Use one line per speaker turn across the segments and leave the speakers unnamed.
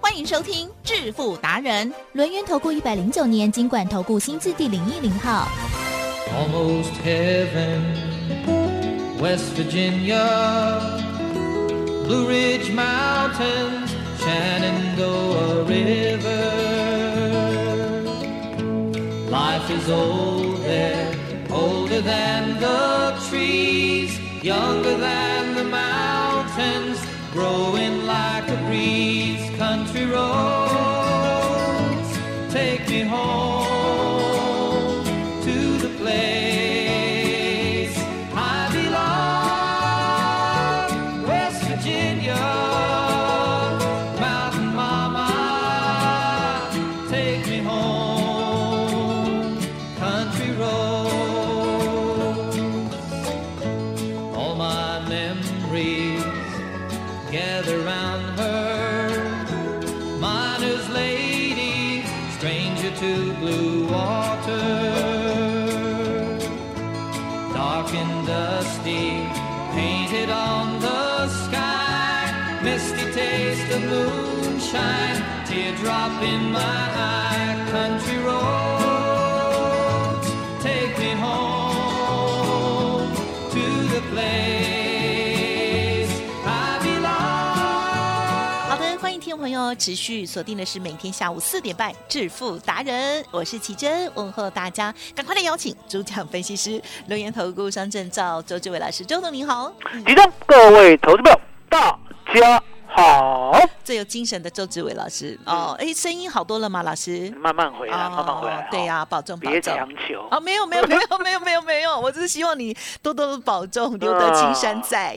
欢迎收听《致富达人》，
轮源投顾一百零九年经管投顾新字第零一零号。
Almost heaven, West Virginia, Blue Ridge Mountains, Shenandoah River. Life is old there, older than the trees, younger than the mountains, growing like a breeze. Country roads, take me home to the place I belong. West Virginia, Mountain Mama, take me home. Country roads, all my memories gather round her. Miner's lady, stranger to blue water. Dark and dusty, painted on the sky. Misty taste of moonshine, teardrop in my eye. Country roads, take me home to the place I belong.
好的，欢迎听众朋友持续锁定的是每天下午四点半《致富达人》，我是奇珍，问候大家，赶快来邀请主讲分析师、轮研投顾商证照周志伟老师，周总您好，
局长，各位投资朋友，大家好。
最有精神的周志伟老师
嗯
哦，哎，声音好多了吗，老师？
慢慢回来，慢啊慢回来。
啊对呀、
哦，
保重保
别
重。
强求。
啊，没有没有没有没有没有没有，我只是希望你多多保重，
啊
留得青山在。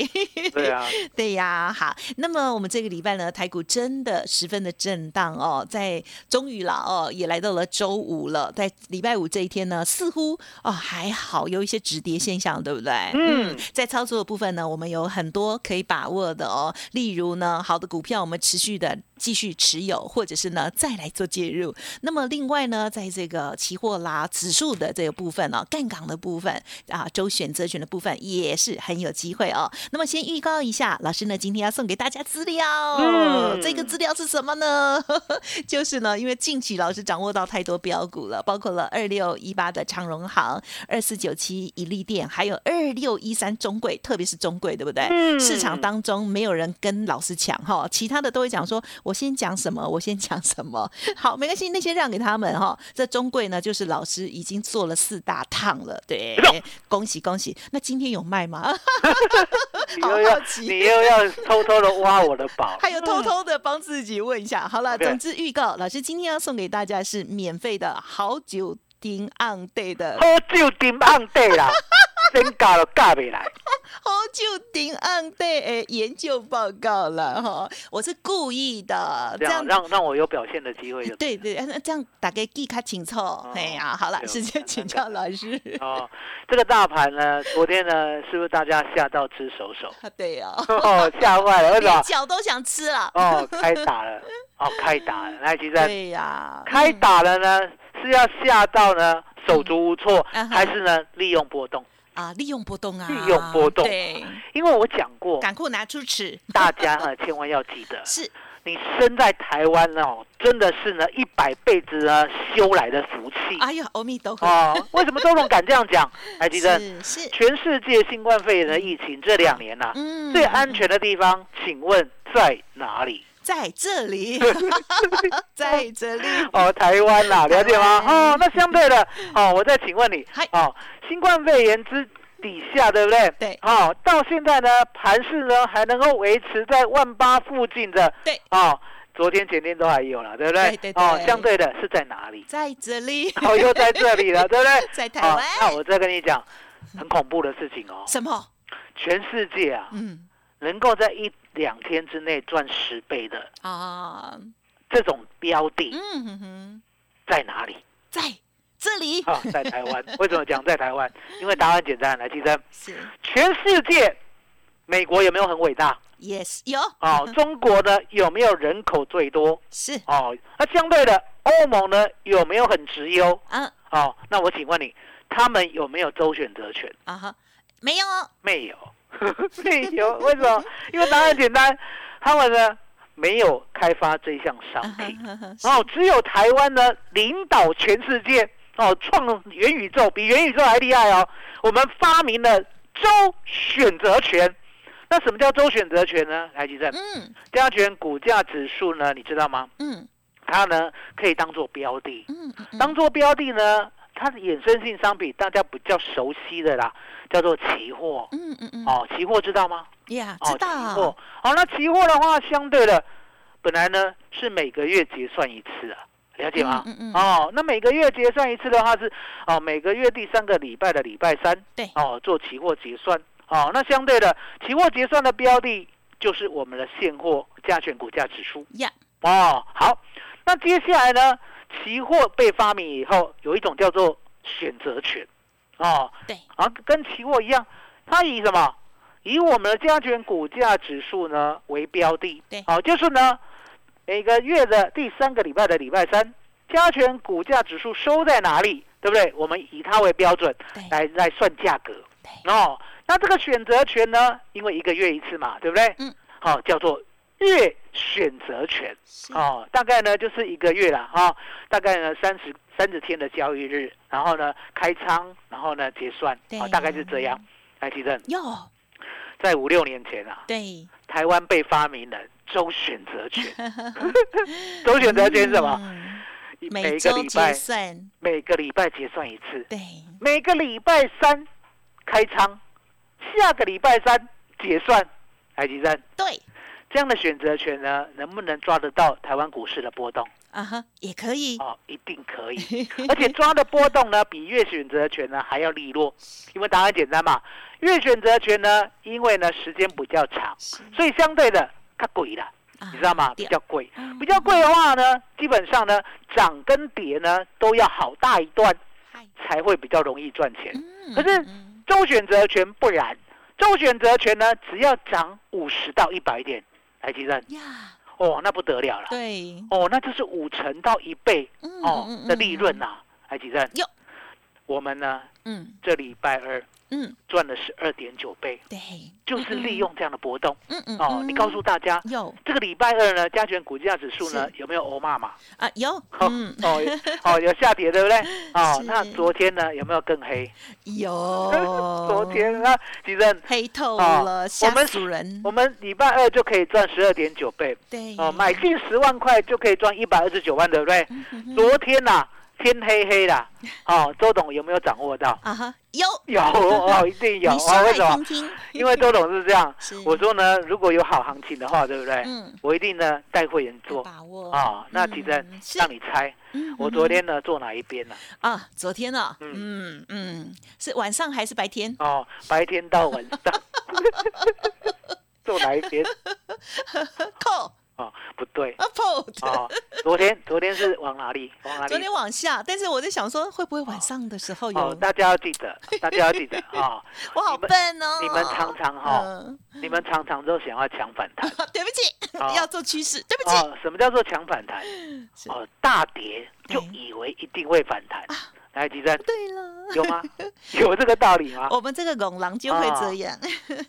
对啊，
对呀，好，那么我们这个礼拜呢，台股真的十分的震荡哦，在终于了哦，也来到了周五了，在礼拜五这一天呢，似乎哦还好有一些止跌现象，对不对？
嗯，
在操作的部分呢，我们有很多可以把握的哦，例如呢，好的股票我们持续的继续持有，或者是呢再来做介入。那么另外呢，在这个期货啦、指数的这个部分哦，杠杆的部分啊，周选择权的部分也是很有机会哦。那么先预告一下，老师呢今天要送给大家资料，
嗯
这个资料是什么呢？ 就是呢，因为近期老师掌握到太多标股了，包括了二六一八的长荣行、二四九七一利店，还有二六一三中贵，特别是中贵，对不对？
嗯
市场当中没有人跟老师抢哈，其他的都会讲说，我先讲什么，我先讲什么。 好，没关系，那些让给他们哈。这中贵呢，就是老师已经做了四大趟了，对，恭喜恭喜。那今天有卖吗？
你
好
又要
好奇
你又要偷偷的挖我的 宝，
还有偷偷的帮自己问一下。好了，
OK
总之预告，老师今天要送给大家是免费的好酒丁 on day 的
喝酒顶暗地 啦，真假都假未来。
好酒丁 on day 诶研究报告了哈，我是故意的，
这样
哦子
让让我有表现的机会就。
对对，那这样打给记卡清楚。哎呀，好了，
哦对
直接请教老师。
哦，这个大盘呢，昨天呢，是不是大家吓到吃手手？
对呀、哦，
哦，吓坏了，为 什
连
么？
脚都想吃了。
哦，开打了，哦，开打了，那其实在
对呀、
开打了呢，是要吓到呢手足无措，
嗯啊哈
还是呢利用波动？
啊，利用波动啊，
利用波动
对，
因为我讲过，
赶快拿出尺。
大家哈千万要记得，
是，
你身在台湾哦，真的是呢一百辈子呢修来的福气
哎呀，阿弥陀佛。
嗯哦。为什么周总敢这样 讲？还记得
是是，
全世界新冠肺炎的疫情这两年呐、啊
嗯，
最安全的地方，请问在 哪里？
在这 里，在这里。
哦，台湾啦，了解吗
台？湾
哦，那相对的，哦，我再请问你
嗨，
哦，新冠肺炎之底下，对不对？
对
哦，到现在呢，盘市呢还能够维持在万八附近的。
对。
哦，昨天、前天都还有了，对不对？
对对对？
哦，相对的是在哪里
在这 里，
哦，又在这 里了，对不对？
在台
哦
湾，
那我再跟你讲，很恐怖的事情哦，
什么？
全世界啊，
嗯
能够在一两天之内赚十倍的
啊，
这种标的
嗯哼哼，
在哪里？
在这里
啊，在台湾。为什么讲在台湾？ 因为答案简单，来，第三，
是
全世界美国有没有很伟大？
yes 有
哦，中国呢有没有人口最多？
是
哦，那相对的，欧盟呢有没有很直优？
啊
哦，那我请问你，他们有没有周选择权？
啊哈，没有哦
没有，没有，为什么？因为答案简单，他们呢没有开发这项商
啊
品，
哈哈哈
哦，只有台湾呢领导全世界，哦，创元宇宙比元宇宙还厉害哦，我们发明了周选择权。那什么叫周选择权呢？来，吉正，
嗯
加权股价指数呢，你知道吗？
嗯
它呢可以当做标的，
嗯嗯嗯
当做标的呢，它的衍生性商品大家比较熟悉的啦，叫做期货。
嗯嗯嗯
哦，期货知道吗？
呀
哦，
知道
期货。好、那期货的话，相对的，本来呢是每个月结算一次啊，了解吗？
嗯嗯嗯
哦，那每个月结算一次的话是，哦，每个月第三个礼拜的礼拜三，
对
哦，做期货结算。哦，那相对的，期货结算的标的就是我们的现货加权股价指数。
呀
哦，好，那接下来呢？期货被发明以后，有一种叫做选择权，哦，
对，
啊，跟期货一样，它以什么？以我们的加权股价指数呢为标的，
对
好、就是呢每个月的第三个礼拜的礼拜三，加权股价指数收在哪里，对不对？我们以它为标准
对
来来算价格，
对
哦，那这个选择权呢，因为一个月一次嘛，对不对？
嗯，
好、叫做月选择权。
是
哦，大概呢就是一个月啦，哈、大概呢三十三十天的交易日，然后呢开仓，然后呢结算，
对
哦，大概是这样。来，提正，
哟
在五六年前啊，
对
台湾被发明了周选择 权，周选择权是什么？
嗯
每
每
个
周
礼
结
拜
算
每个礼拜结算一次，
对
每个礼拜三开仓，下个礼拜三结算。来，提正，
对
这样的选择权呢，能不能抓得到台湾股市的波动？
啊哈也可以
哦，一定可以。而且抓的波动呢，比月选择权呢还要利落，因为答案简单嘛。月选择权呢，因为呢时间比较长，
是
所以相对的它贵了，
啊
你知道吗？比
对
较贵，
嗯
比较贵的话呢，基本上呢涨跟跌呢都要好大一段
嗨
才会比较容易赚钱。
嗯
可是
嗯
周选择权不然，周选择权呢只要涨五十到一百点，来计算
呀
哦，那不得了了。
对
哦，那就是五成到一倍
嗯
哦
嗯
的
嗯
利润呐、还记得？
哟
我们呢
嗯
这礼拜二
嗯
赚了十二点九倍，
对
就是利用这样的波动
嗯嗯
哦。你告诉大家，
有
这个礼拜二呢，加权股价指数呢有没有欧骂嘛？
啊有
哦
嗯
哦哦，有下跌对不对？哦
是，
那昨天呢有没有更黑？
有
昨天啊，其实
黑透
哦
了，
我
吓
们
死人
我。们礼拜二就可以赚十二点九倍
对
哦，买进十万块就可以赚一百二十九万，对不对？
嗯哼哼
昨天呐、天黑黑的，哦，周董有没有掌握到？
啊哈有，
有哦，一定有
你说
哦。为
来
什么
听？听。
因为周董是这样
是，
我说呢，如果有好行情的话，对不对？
嗯，
我一定呢带会员
有
做
把握
哎啊。那其实
嗯是
让你猜，
嗯
我昨天呢做哪一边呢？
啊，昨天啊，嗯
嗯
嗯，是晚上还是白天？
哦，白天到晚上 做哪一边？
扣啊
哦，不对
up，
哦，昨天昨天是往哪里？往哪
昨
里
天？往下，但是我在想说，会不会晚上的时候
哦
有，？
大家要记得，大家要记得 啊！
我好
你们
笨哦。
你们常哦常哈，
嗯
你们常常都想要抢反弹。
啊对不起，
哦
要做趋势，对 不起
哦，什么叫做强反弹？
是
哦，大跌就
哎啊
以为一定会反弹，来，吉 珍，
对了，
有吗？有这个道 理吗？
我们这个拱狼就会这样，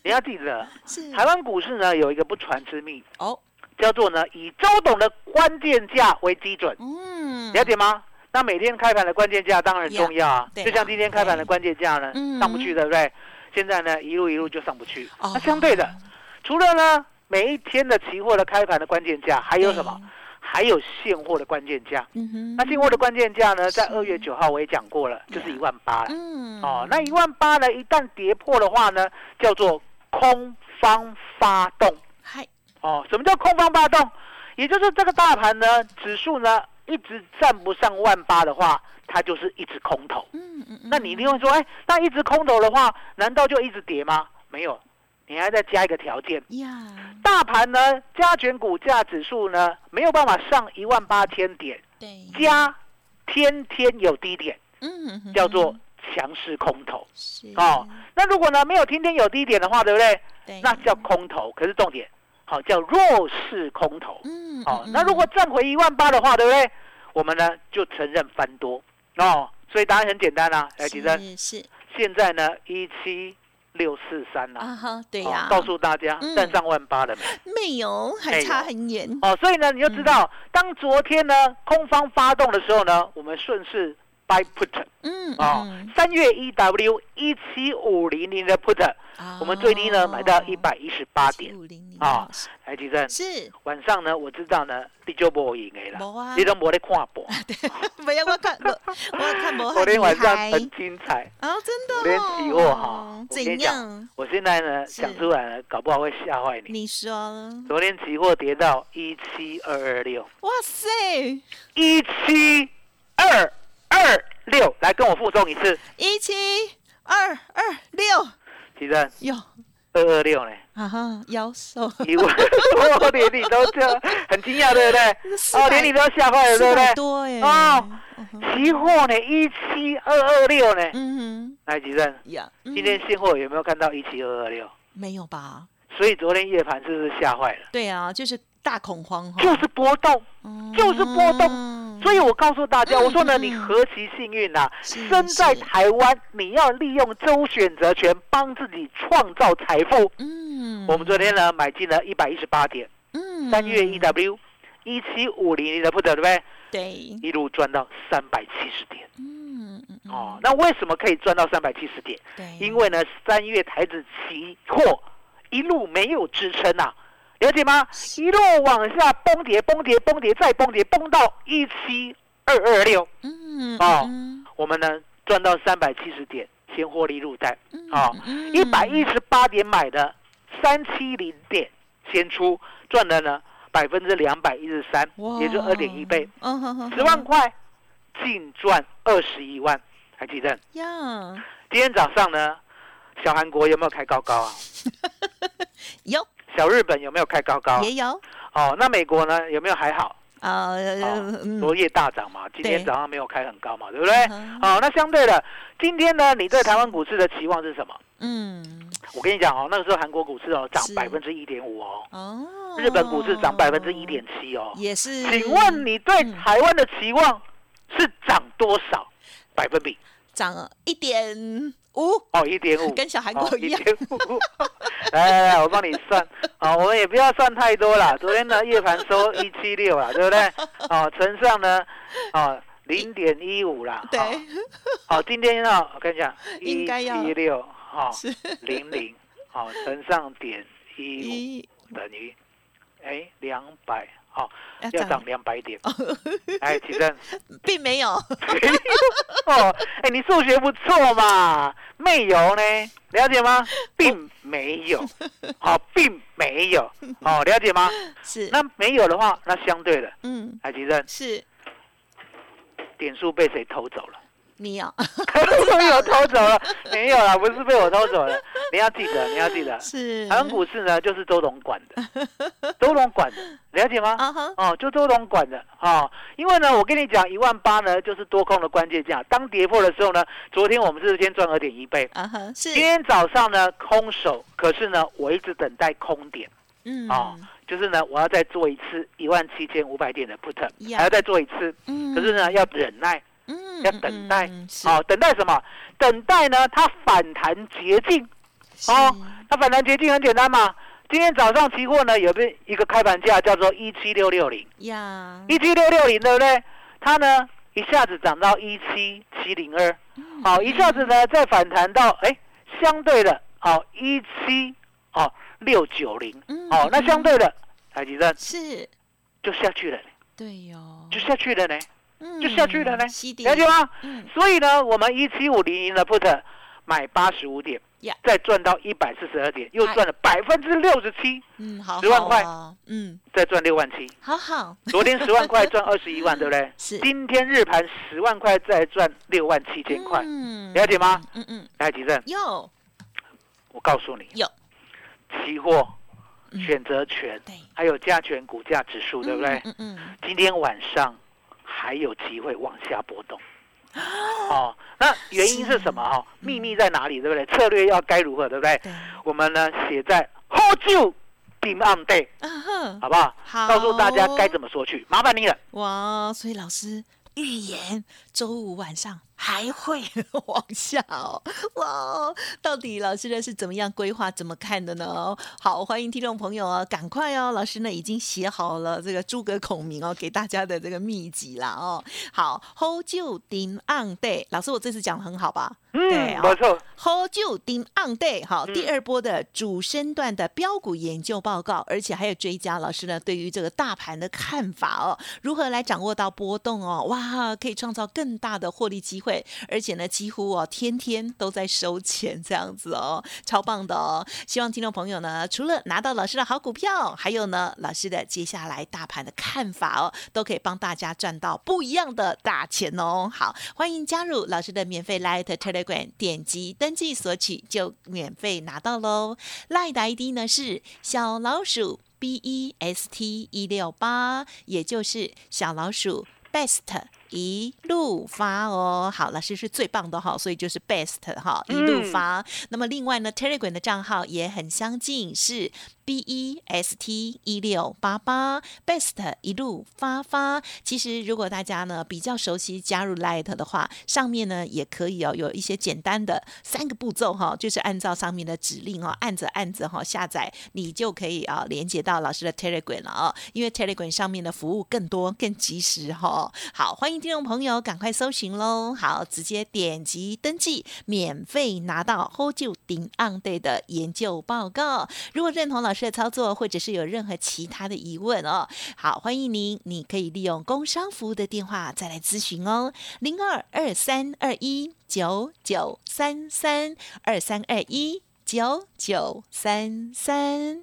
你要记得，
是
台湾股市呢啊有一个不传之秘，
嗯哦，
叫做呢以周董的关键价为基准，
嗯，
了解吗？那每天开盘的关键价当然重要啊，
对啦
就像今天开盘的关键价呢
对嗯
上不去，对不对？现在呢一路一路就上不去。
哦
那相对的，除了呢每一天的期货的开盘的关键价，还
还
有什么？？还有现货的关键价。
嗯哼，
那进货的关键价呢，在
是
二月九号我也讲过了，就是一万八了。
嗯，
哦，那一万八呢，一旦跌破的话呢，叫做空方发动。
嗨，
哦，什么叫空方发动？也就是这个大盘呢，指数呢一直站不上万八的话，它就是一直空头。
嗯嗯，嗯
那你一定会说，哎，那一直空头的话，难道就一直跌吗？没有，你还再加一个条件，
呀，
大盘呢，加权股价指数呢没有办法上一万八千点，
对，
加天天有低点，
嗯哼
叫做强势空头。
是
哦，那如果呢没有天天有低点的话，对不对？
对，
那叫空头。可是重点，好、叫弱势空头。
嗯，
哦，
嗯
那如果站回一万八的话，对不对？我们呢就承认翻多哦。所以答案很简单啦、啊来，
是
吉珍，
是
现在呢一七六四三啦。
啊哈，对
哦
呀，
告诉大家
嗯
站上万 八了没？
没有，还
没有
差很远，
哦，所以呢，你就知道，当昨天呢空方发动的时候呢，我们顺势 buy put
嗯
哦，三月 EW 一七五零零的 put，我
啊
们最低呢买到一百一十八点。
五嗯哦零零
啊来，吉正，
是
晚上呢，我知道呢，你就不赢的
没啊
啦，你都没得看 播。
不要我看 我我看不
昨天晚上
很厉
很
害
精彩，
啊，真的
昨天
哦
期货哈，我跟
怎
你讲
样？，
我现在呢
是
讲出来呢，搞不好会吓坏你。
你说，
昨天期货跌到一七二二六，
哇塞，
一七二二六，来跟我附送一次，
一七二二六
其实二
哟，
二 六呢，
啊哈，腰瘦，
一万， 我连你都这很惊讶，对不对？
四
哦，
百
连你都吓坏了，对
四
不
百
对？
多哎，
哦
嗯哼，
期货呢，一七二二六呢，
嗯
来，吉正，
哼，呀，嗯
今天现货有没有看到一七二二六？
没有吧？
所以昨天夜盘是不是吓坏了？
对啊，就是大恐慌哈，嗯
就是波动，就是波动
动
所以我告诉大家，
嗯
我说呢，
嗯
你何其幸运呐、
是
身在
是
台湾，你要利用周选择权帮自己创造财富。
嗯，
我们昨天呢买进了一百一十八点，
嗯
三月 EW 一七五零零的不得对不对？
对，
一路赚到三百七十点
嗯嗯嗯
哦。那为什么可以赚到三百七十点？
对，
因为呢，三月台子期货一路没有支撑呐、了解吗？一路往下崩跌，崩跌，崩跌，再崩跌，崩到一七二二六，
嗯
哦
嗯
我们呢赚到三百七十点，先获利入袋，
嗯
哦
嗯
一百一十八点买的，三七零点先出，赚了呢百分之两百一十三，也就二点一倍，，
哇嗯哼哼
十万块净赚二十一万，还记得？
呀，
今天早上呢，小韩国有没有开高高啊？
有
小日本有没有开高高啊？
也有
哦，那美国呢有没有还好？
啊，
哦
嗯
昨夜大涨嘛，今天
对
早上没有开很高嘛，对不对？
嗯
哦，那相对的，今天呢，你对台湾股市的期望是什么？
嗯
我跟你讲哦，那个时候韩国股市哦涨
是
百分之一点五哦，
哦，
日本股市涨百分之一点，七哦。
也是。
请问你对
嗯
台湾的期望是涨多少百分比？
涨了一点五，
哦，一点五，
跟小韩国一样
哦1.5来来来，我帮你算。啊、我们也不要算太多啦。昨天呢，夜盘收一七六啦，对不对？哦，乘上呢，哦，零点一五啦。
对，
哦好，今天呢，我跟你讲，
应
一
该要
七六哈
是
零零，好乘上点一
一
五等于，哎，两百，好
要
要涨
涨，哦
两百点。哎，起正，
并没 有，
哦， 哎，你数学不错嘛，没有呢，了解吗？并没有，好，并没有，哦，了解吗？
是，
那没有的话，那相对的，
嗯，
哎，起正
是
点数被谁偷走了？
你哦有，
被我偷走了，没有啦，不是被我偷走了。你要记得，你要记 得，
是
台湾股市呢就是周董管的，周董管的，了解吗？
啊哈，
哦，就周董管的哦，因为呢，我跟你讲，一万八呢就是多空的关键价。当跌破的时候呢，昨天我们是先赚二点一倍，
啊哈，是
今，天早上呢空手，可是呢我一直等待空点
嗯，
哦，就是呢我要再做一次一万七千五百点的 put，
呀
还要再做一次，
嗯，
可是呢要忍耐，
嗯，
要等待
嗯，是
哦，等待什么？等待呢？它反弹捷径哦
是，
它反弹捷径很简单嘛。今天早上期货呢有个一个开盘价叫做一七六六零，
呀，
一七六六零对不对？它呢一下子涨到一七七零二，
嗯
好，一下子呢再反弹到哎相对的哦一七哦六九零
嗯，
哦，那相对的台积电
是，
就下去了，
对哟，
就下去了呢，
嗯
就下去了呢，
西迪
了解吗？
嗯，
所以呢，我们一七五零零的 put 买八十五点
Yeah
再赚到一百四十二点，又
哎
赚了百分之六十七，
嗯，好，
10万块
块，嗯，
再赚六万七。
好好，
昨天十万块赚二十一万，对不对？
是
今天日盘十万块再赚六万七千块，
嗯
了解吗？
嗯嗯，
来，吉正，
有，
我告诉你，
有
期货
嗯、
选择权，
对，嗯
还有加权股价指数，对不对？
嗯嗯嗯，
今天晚上还有机会往下波动。哦，那原因是什么？哈、秘密在哪里？对不对？策略要该如何？对不对？
对，
我们呢写在 Hold you d e m a n day，
嗯哼，
好不好？
好
告诉大家该怎么说去，麻烦你了。
哇！所以老师预言周五晚上还会 往下哦，哇！到底老师呢是怎么样规划、怎么看的呢？好，欢迎听众朋友啊，赶快哦！老师呢已经写好了这个诸葛孔明哦给大家的这个秘籍啦哦。好，Hold 就 dim on day，老师我这次讲的很好吧？对
嗯，
哦
没错，
Hold 就 Dim on Day 好，
嗯
第二波的主升段的标股研究报告，而且还有追加老师呢对于这个大盘的看法哦，如何来掌握到波动哦，哇，可以创造更大的获利机会，而且呢几乎哦天天都在收钱这样子哦，超棒的哦！希望听众朋友呢，除了拿到老师的好股票，还有呢老师的接下来大盘的看法哦，都可以帮大家赚到不一样的大钱哦。好，欢迎加入老师的免费 Light Telegram，点击登记索取就免费拿到喽。Light 的 ID 呢是小老鼠 B E S T 一六八，也就是小老鼠 Best。一路发哦，好，老师是最棒的哈、所以就是 best 哈、一路
嗯
发。好，那么另外呢，Telegram 的账号也很相近，是 B E S T 一六八八 Best 一路发发。其实如果大家呢比较熟悉加入 Light 的话，上面呢也可以哦，有一些简单的三个步骤哈、就是按照上面的指令哦，按着按着哈、下载，你就可以啊连接到老师的 Telegram 了哦，因为 Telegram 上面的服务更多、更及时哈、哦好，欢迎听众朋友赶快搜寻喽，好，直接点击登记，免费拿到 Hold 就顶 on day 的研究报告。如果认同老师的操作，或者是有任何其他的疑问哦，好，欢迎您，你可以利用工商服务的电话再来咨询哦，零二二三二一九九三三二三二一九九三三。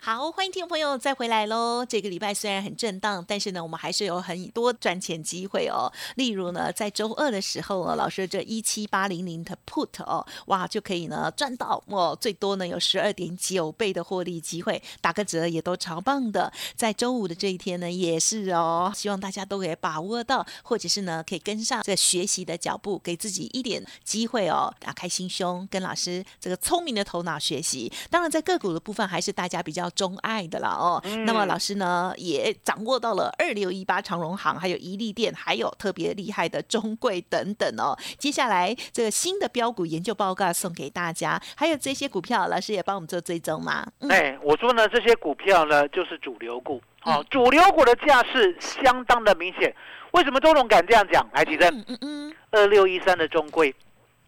好，欢迎听众朋友再回来喽！这个礼拜虽然很震荡，但是呢，我们还是有很多赚钱机会哦。例如呢，在周二的时候呢，老师这一七八零零的 put 哦，哇，就可以呢赚到哦，最多呢有十二点九倍的获利机会，打个折也都超棒的。在周五的这一天呢，也是哦，希望大家都可以把握到，或者是呢可以跟上这个学习的脚步，给自己一点机会哦，打开心胸，跟老师这个聪明的头脑学习。当然，在个股的部分还是大家比较钟爱的啦哦。那么老师呢也掌握到了二六一八长荣行，还有一利店，还有特别厉害的中贵等等哦。接下来这个新的标股研究报告送给大家，还有这些股票，老师也帮我们做追踪嘛。嗯，
哎，我说呢，这些股票呢就是主流股，哦，
嗯
主流股的架势相当的明显。为什么周总敢这样讲？来，吉正，
嗯嗯嗯
二六一三的中规，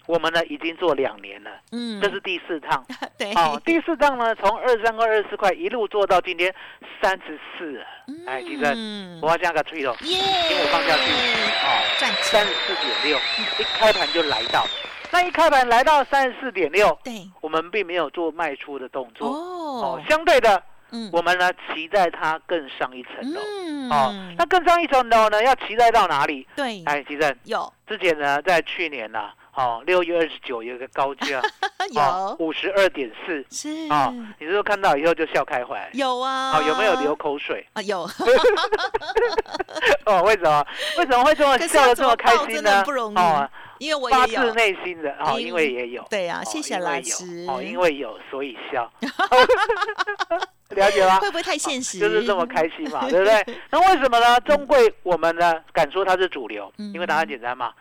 我们呢已经做两年了，
嗯，
这是第四趟。
对，
哦，第四趟呢，从二三块、二十四块一路做到今天三十四。哎，吉正，
嗯，
我要加个吹头，
耶，
给我放下去。哦，
赚
三
钱
十，四点六，
嗯
一开盘就来到。那一开盘来到三十四点六，
对，
我们并没有做卖出的动作。
哦，
相对的，
嗯，
我们呢期待它更上一层楼。
嗯，
哦，那更上一层楼呢，要期待到哪里？
对，
哎，吉正，
有
之前呢，在去年呢、哦，六月二十九有一个高 价，
啊有
五十二点四
是
啊，你是不是看到以后就笑开怀？
有啊，
哦，有没有流口水？
啊？有，
哦，为什么？为什么会这么
可是
笑
要怎
得这
么
么开
报
心
真的
呢？
很不容易
哦，
因为我
发
也
自
有，
内心的哦，因为
因
也有。
对啊，
哦
谢谢
因为
老
有
师
哦，因为有所以笑， 了解吗？啊
会不会太现实？
就是这么开心嘛，对不对？ 那为什么呢？中贵我们呢敢说它是主流，
嗯
因为答案简单嘛。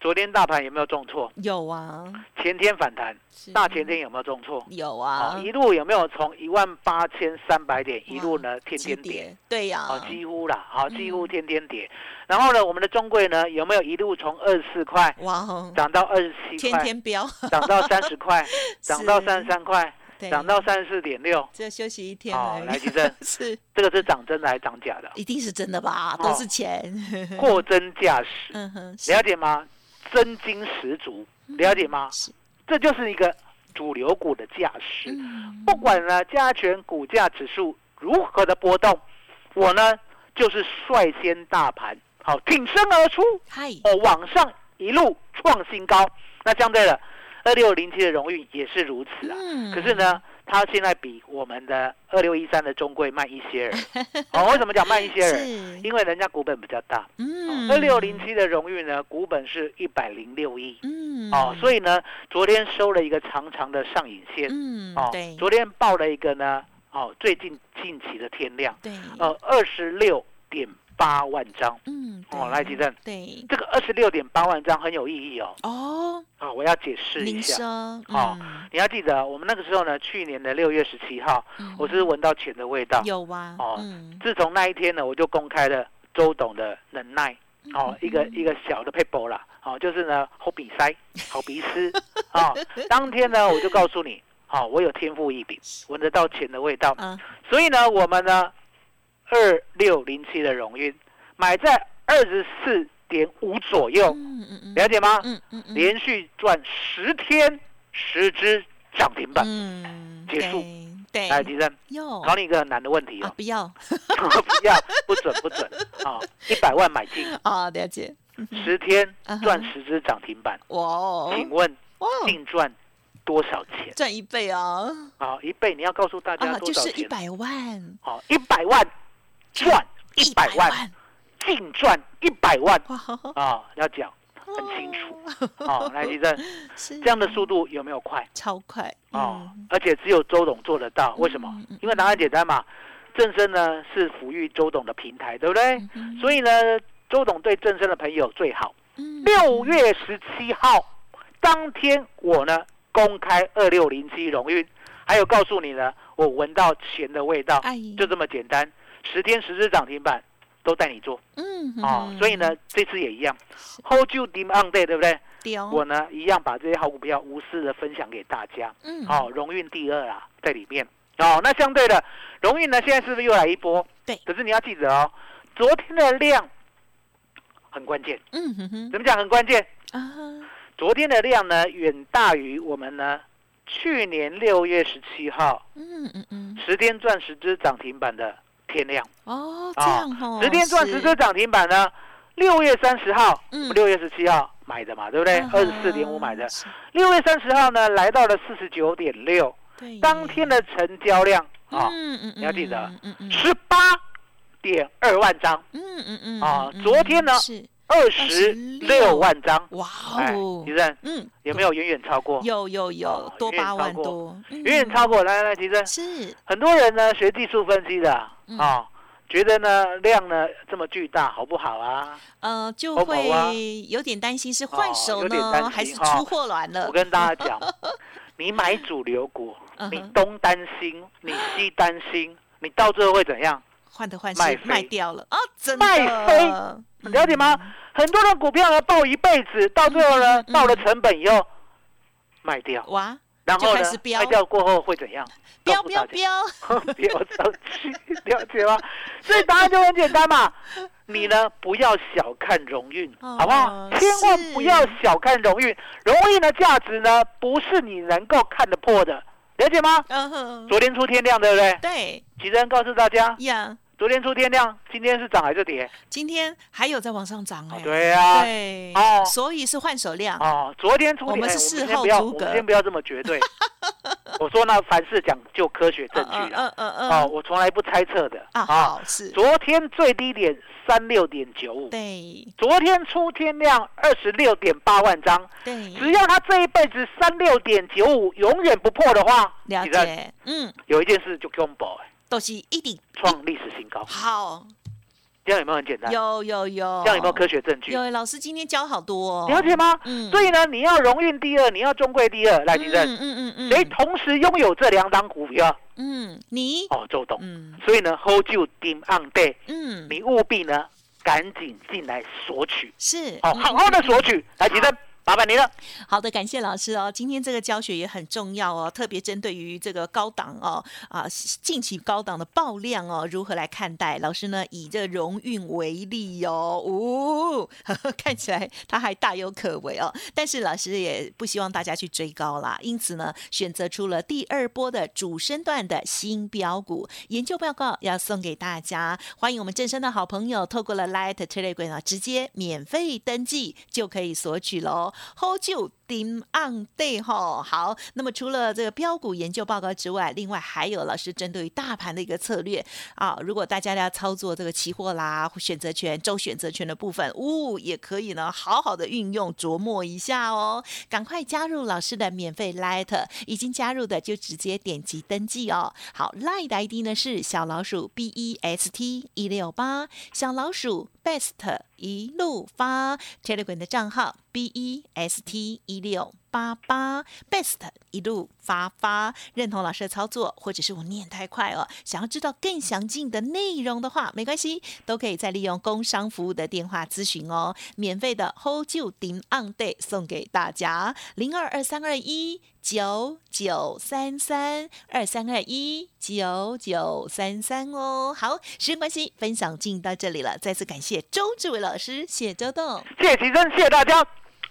昨天大盘有没有重挫？
有啊，
前天反弹，
是
大前天有没有重挫？
有
哦
啊，，
一路有没有从一万八千三百点一路呢天
急
天跌？，
对呀，
哦，几乎啦，好、
啊嗯
几乎天天跌。然后呢，我们的中贵呢有没有一路从二十四块
哇哦，
涨到二十七
天
块，
天飙，
涨到三十块，涨到
是
三十三块，
对，
涨到三十四点六。
只有休息一天
好，
而
来
已，，
吉正
是
这个是涨真的还是涨假的？
一定是真的吧？
哦
都是钱，
货真价实，
嗯哼，是嗯
了解吗？真金十足，了解吗？
是
这就是一个主流股的价值。
嗯
不管呢加权股价指数如何的波动，我呢就是率先大盘，好挺身而出，
嗨，
哦往上一路创新高。那相对的，二六零七的荣誉也是如此啊。
嗯
可是呢，它现在比我们的二六一三的中贵慢一 些儿。哦，为什么讲慢一些儿？
是，
因为人家股本比较大。
嗯，
二六零，七的荣誉呢，股本是一百零六亿。
嗯，
哦，所
以，
以呢，昨天收了一个长长的上影线。
嗯，
哦
对，，
昨天报了一个呢，哦，最近近期的天量，
对，
呃，二十六点八万张，
嗯，
哦
对
来吉正
对，
这个二十六点八万张很有意义哦，
哦，
啊、我要解释一
铃
下。
声，
哦
嗯，
你要记得，我们那个时候呢，去年的六月十七号，
嗯
我是闻到钱的味道。
有啊，
哦
嗯，
自从那一天呢，我就公开了周董的能耐，
嗯
哦，一个一个小的 paper 啦，哦，就是呢好比塞，好鼻 丝，哦，当天呢我就告诉你，哦，我有天赋异禀，闻得到钱的味道，
啊，
所以呢，我们呢二六零七的荣运买在二十四点五左右，
嗯嗯嗯，
了解吗？
嗯嗯嗯，
连续赚十天十只涨停板。
嗯
结束，
对
来，
对，
吉生，
哟
考你一个很难的问题
哎哦啊
哦，
不要
不要，不准，不准啊！一百万买进，
啊，了解，
十天
嗯哼
赚十只涨停板，
哇哦
请问
哇哦，
净赚多少钱？
赚一倍啊
啊，一倍！你要告诉大家
啊，
多
就
少
是一
钱？
百万，
好，一百万赚一百万，净赚一百万
哇哦，
啊！要讲很清 楚啊，来，吉正，
是
这样的速度有没有快？
超快
哦
嗯，
而且只有周董做得到，为什么
嗯嗯？
因为答案简单嘛。正生呢是抚育周董的平台，对不
嗯
对？所以呢，周董对正生的朋友最好。
嗯
六月十七号当天，我呢公开二六零七荣誉，还有告诉你呢，我闻到钱的味道，
哎，
就这么简单。十天十只涨停板都带你做
嗯
哦，所以呢，这次也一样，Hold you dim on day，对不对？
丢
我呢一样把这些好股票无私的分享给大家。
嗯
哦，荣运第二啊，在里面。哦，那相对的，荣运呢，现在是不是又来一波？
对
可是你要记得哦，昨天的量很关键。
嗯哼哼
怎么讲很关键？
啊
昨天的量呢，远大于我们呢去年六月十七号
嗯嗯嗯
十天赚十只涨停板的天量，
哦这
哦
样哦
十天赚
是
十只涨停板呢，六月三十号，
嗯
六月十七号买的嘛，对不对？
啊
二十四点五买的，
是
六月三十号呢，来到了四十九点六，
对
当天的成交量啊。
嗯嗯
你要记得
嗯嗯
十八点二万张，
嗯嗯嗯
啊
嗯
昨天呢
是
二十六万张。
哇
哎，
哦
吉，正
嗯，
有没有远远超过？
有有有
哦
多
远远
八万
超过
多，嗯
远远超过。来来，吉正，
是
很多人呢学技术分析的啊
嗯
哦，觉得呢量呢这么巨大，好不好啊？
呃，就
欧盟啊
会有点担心是换
哦
手
有点担
呢，
心
还是
哈
出货卵了
我？跟大家 讲，你买主流股，
嗯
你
哼
东担心，你西担心，你到最后会怎样？
换的换
卖
是卖
飞
掉了啊，真嗯
卖
的
你了解吗？很多人股票呢抱一辈子，到最后呢
嗯嗯嗯
到了成本以后卖掉，
哇，
然后
就
呢
开始飙
卖掉过后会怎样？
飙
告诉大
飙
家
飙，
不要着急，了解 吗？所以答案就很简单嘛。你呢，不要小看荣誉，
哦
好不好？千万不要小看荣誉，荣誉的价值呢，不是你能够看得破的，了解吗？
嗯哼，
昨天出天量，对不对？
对
其实告诉大家，
呀，
昨天出天量，今天是涨还是跌？
今天还有在往上涨哎，
对啊，
对
哦
所以是换手量，
哦，昨天出
我
天，
们
哎
是事
我们先
后
不要，
诸
我
葛
们先不要这么绝 对。我说呢，凡事讲究科学证据
嗯
啦。
嗯嗯嗯
哦，我从来不猜测的
啊，好是，
昨天最低点三六点九五，
对
昨天出天量二十六点八万张，
对，
只要他这一辈子三六点九五永远不破的话，
了
你知道
解，嗯，
有一件事就 combo 哎
都是一定
创历史新高，
好，
这样有没有很简单？，
嗯有有有，
这样有没有科学证据？
有老师今天教好多、哦，
了解吗？
嗯
所以呢，你要荣运第二，你要中贵第二，来，
嗯
吉正，
嗯嗯嗯，
谁同时拥有这两档股票？
嗯，你，
哦，周董。
嗯
所以呢，hold 住 dim on day，
嗯，
你务必呢赶紧进来索取，
是，
哦，
嗯
好好的索取，来，吉正，麻烦您了。
好的，感谢老师哦。今天这个教学也很重要哦，特别针对于这个高档哦啊，近期高档的爆量哦，如何来看待？老师呢以这荣运为例哦，呜、 看起来他还大有可为哦。但是老师也不希望大家去追高啦，因此呢，选择出了第二波的主升段的新标股研究报告要送给大家。欢迎我们正声的好朋友，透过了 Light Telegram 啊，直接免费登记就可以索取喽。Hold 住。Dim on day 吼，好，那么除了这个标股研究报告之外，另外还有老师针对于大盘的一个策略啊，如果大家要操作这个期货啦、选择权、周选择权的部分，呜、也可以呢，好好的运用琢磨一下哦。赶快加入老师的免费 Light，已经加入的就直接点击登记哦。好，Light 的 ID 呢是小老鼠 B E S T 一六八，小老鼠 Best 一路发 Telegram 的账号 B E S T 一六八八 Best 一路发发，认同老师的操作，或者是我念太快哦，想要知道更详尽的内容的话，没关系，都可以再利用工商服务的电话咨询哦，免费的 Hold 就 Dim on Day 送给大家零二二三二一。九九三三二三二一九九三三哦。好，时间关系，分享进行到这里了。再次感谢周志伟老师，谢谢周董。
谢谢齐珍，谢谢大家，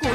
股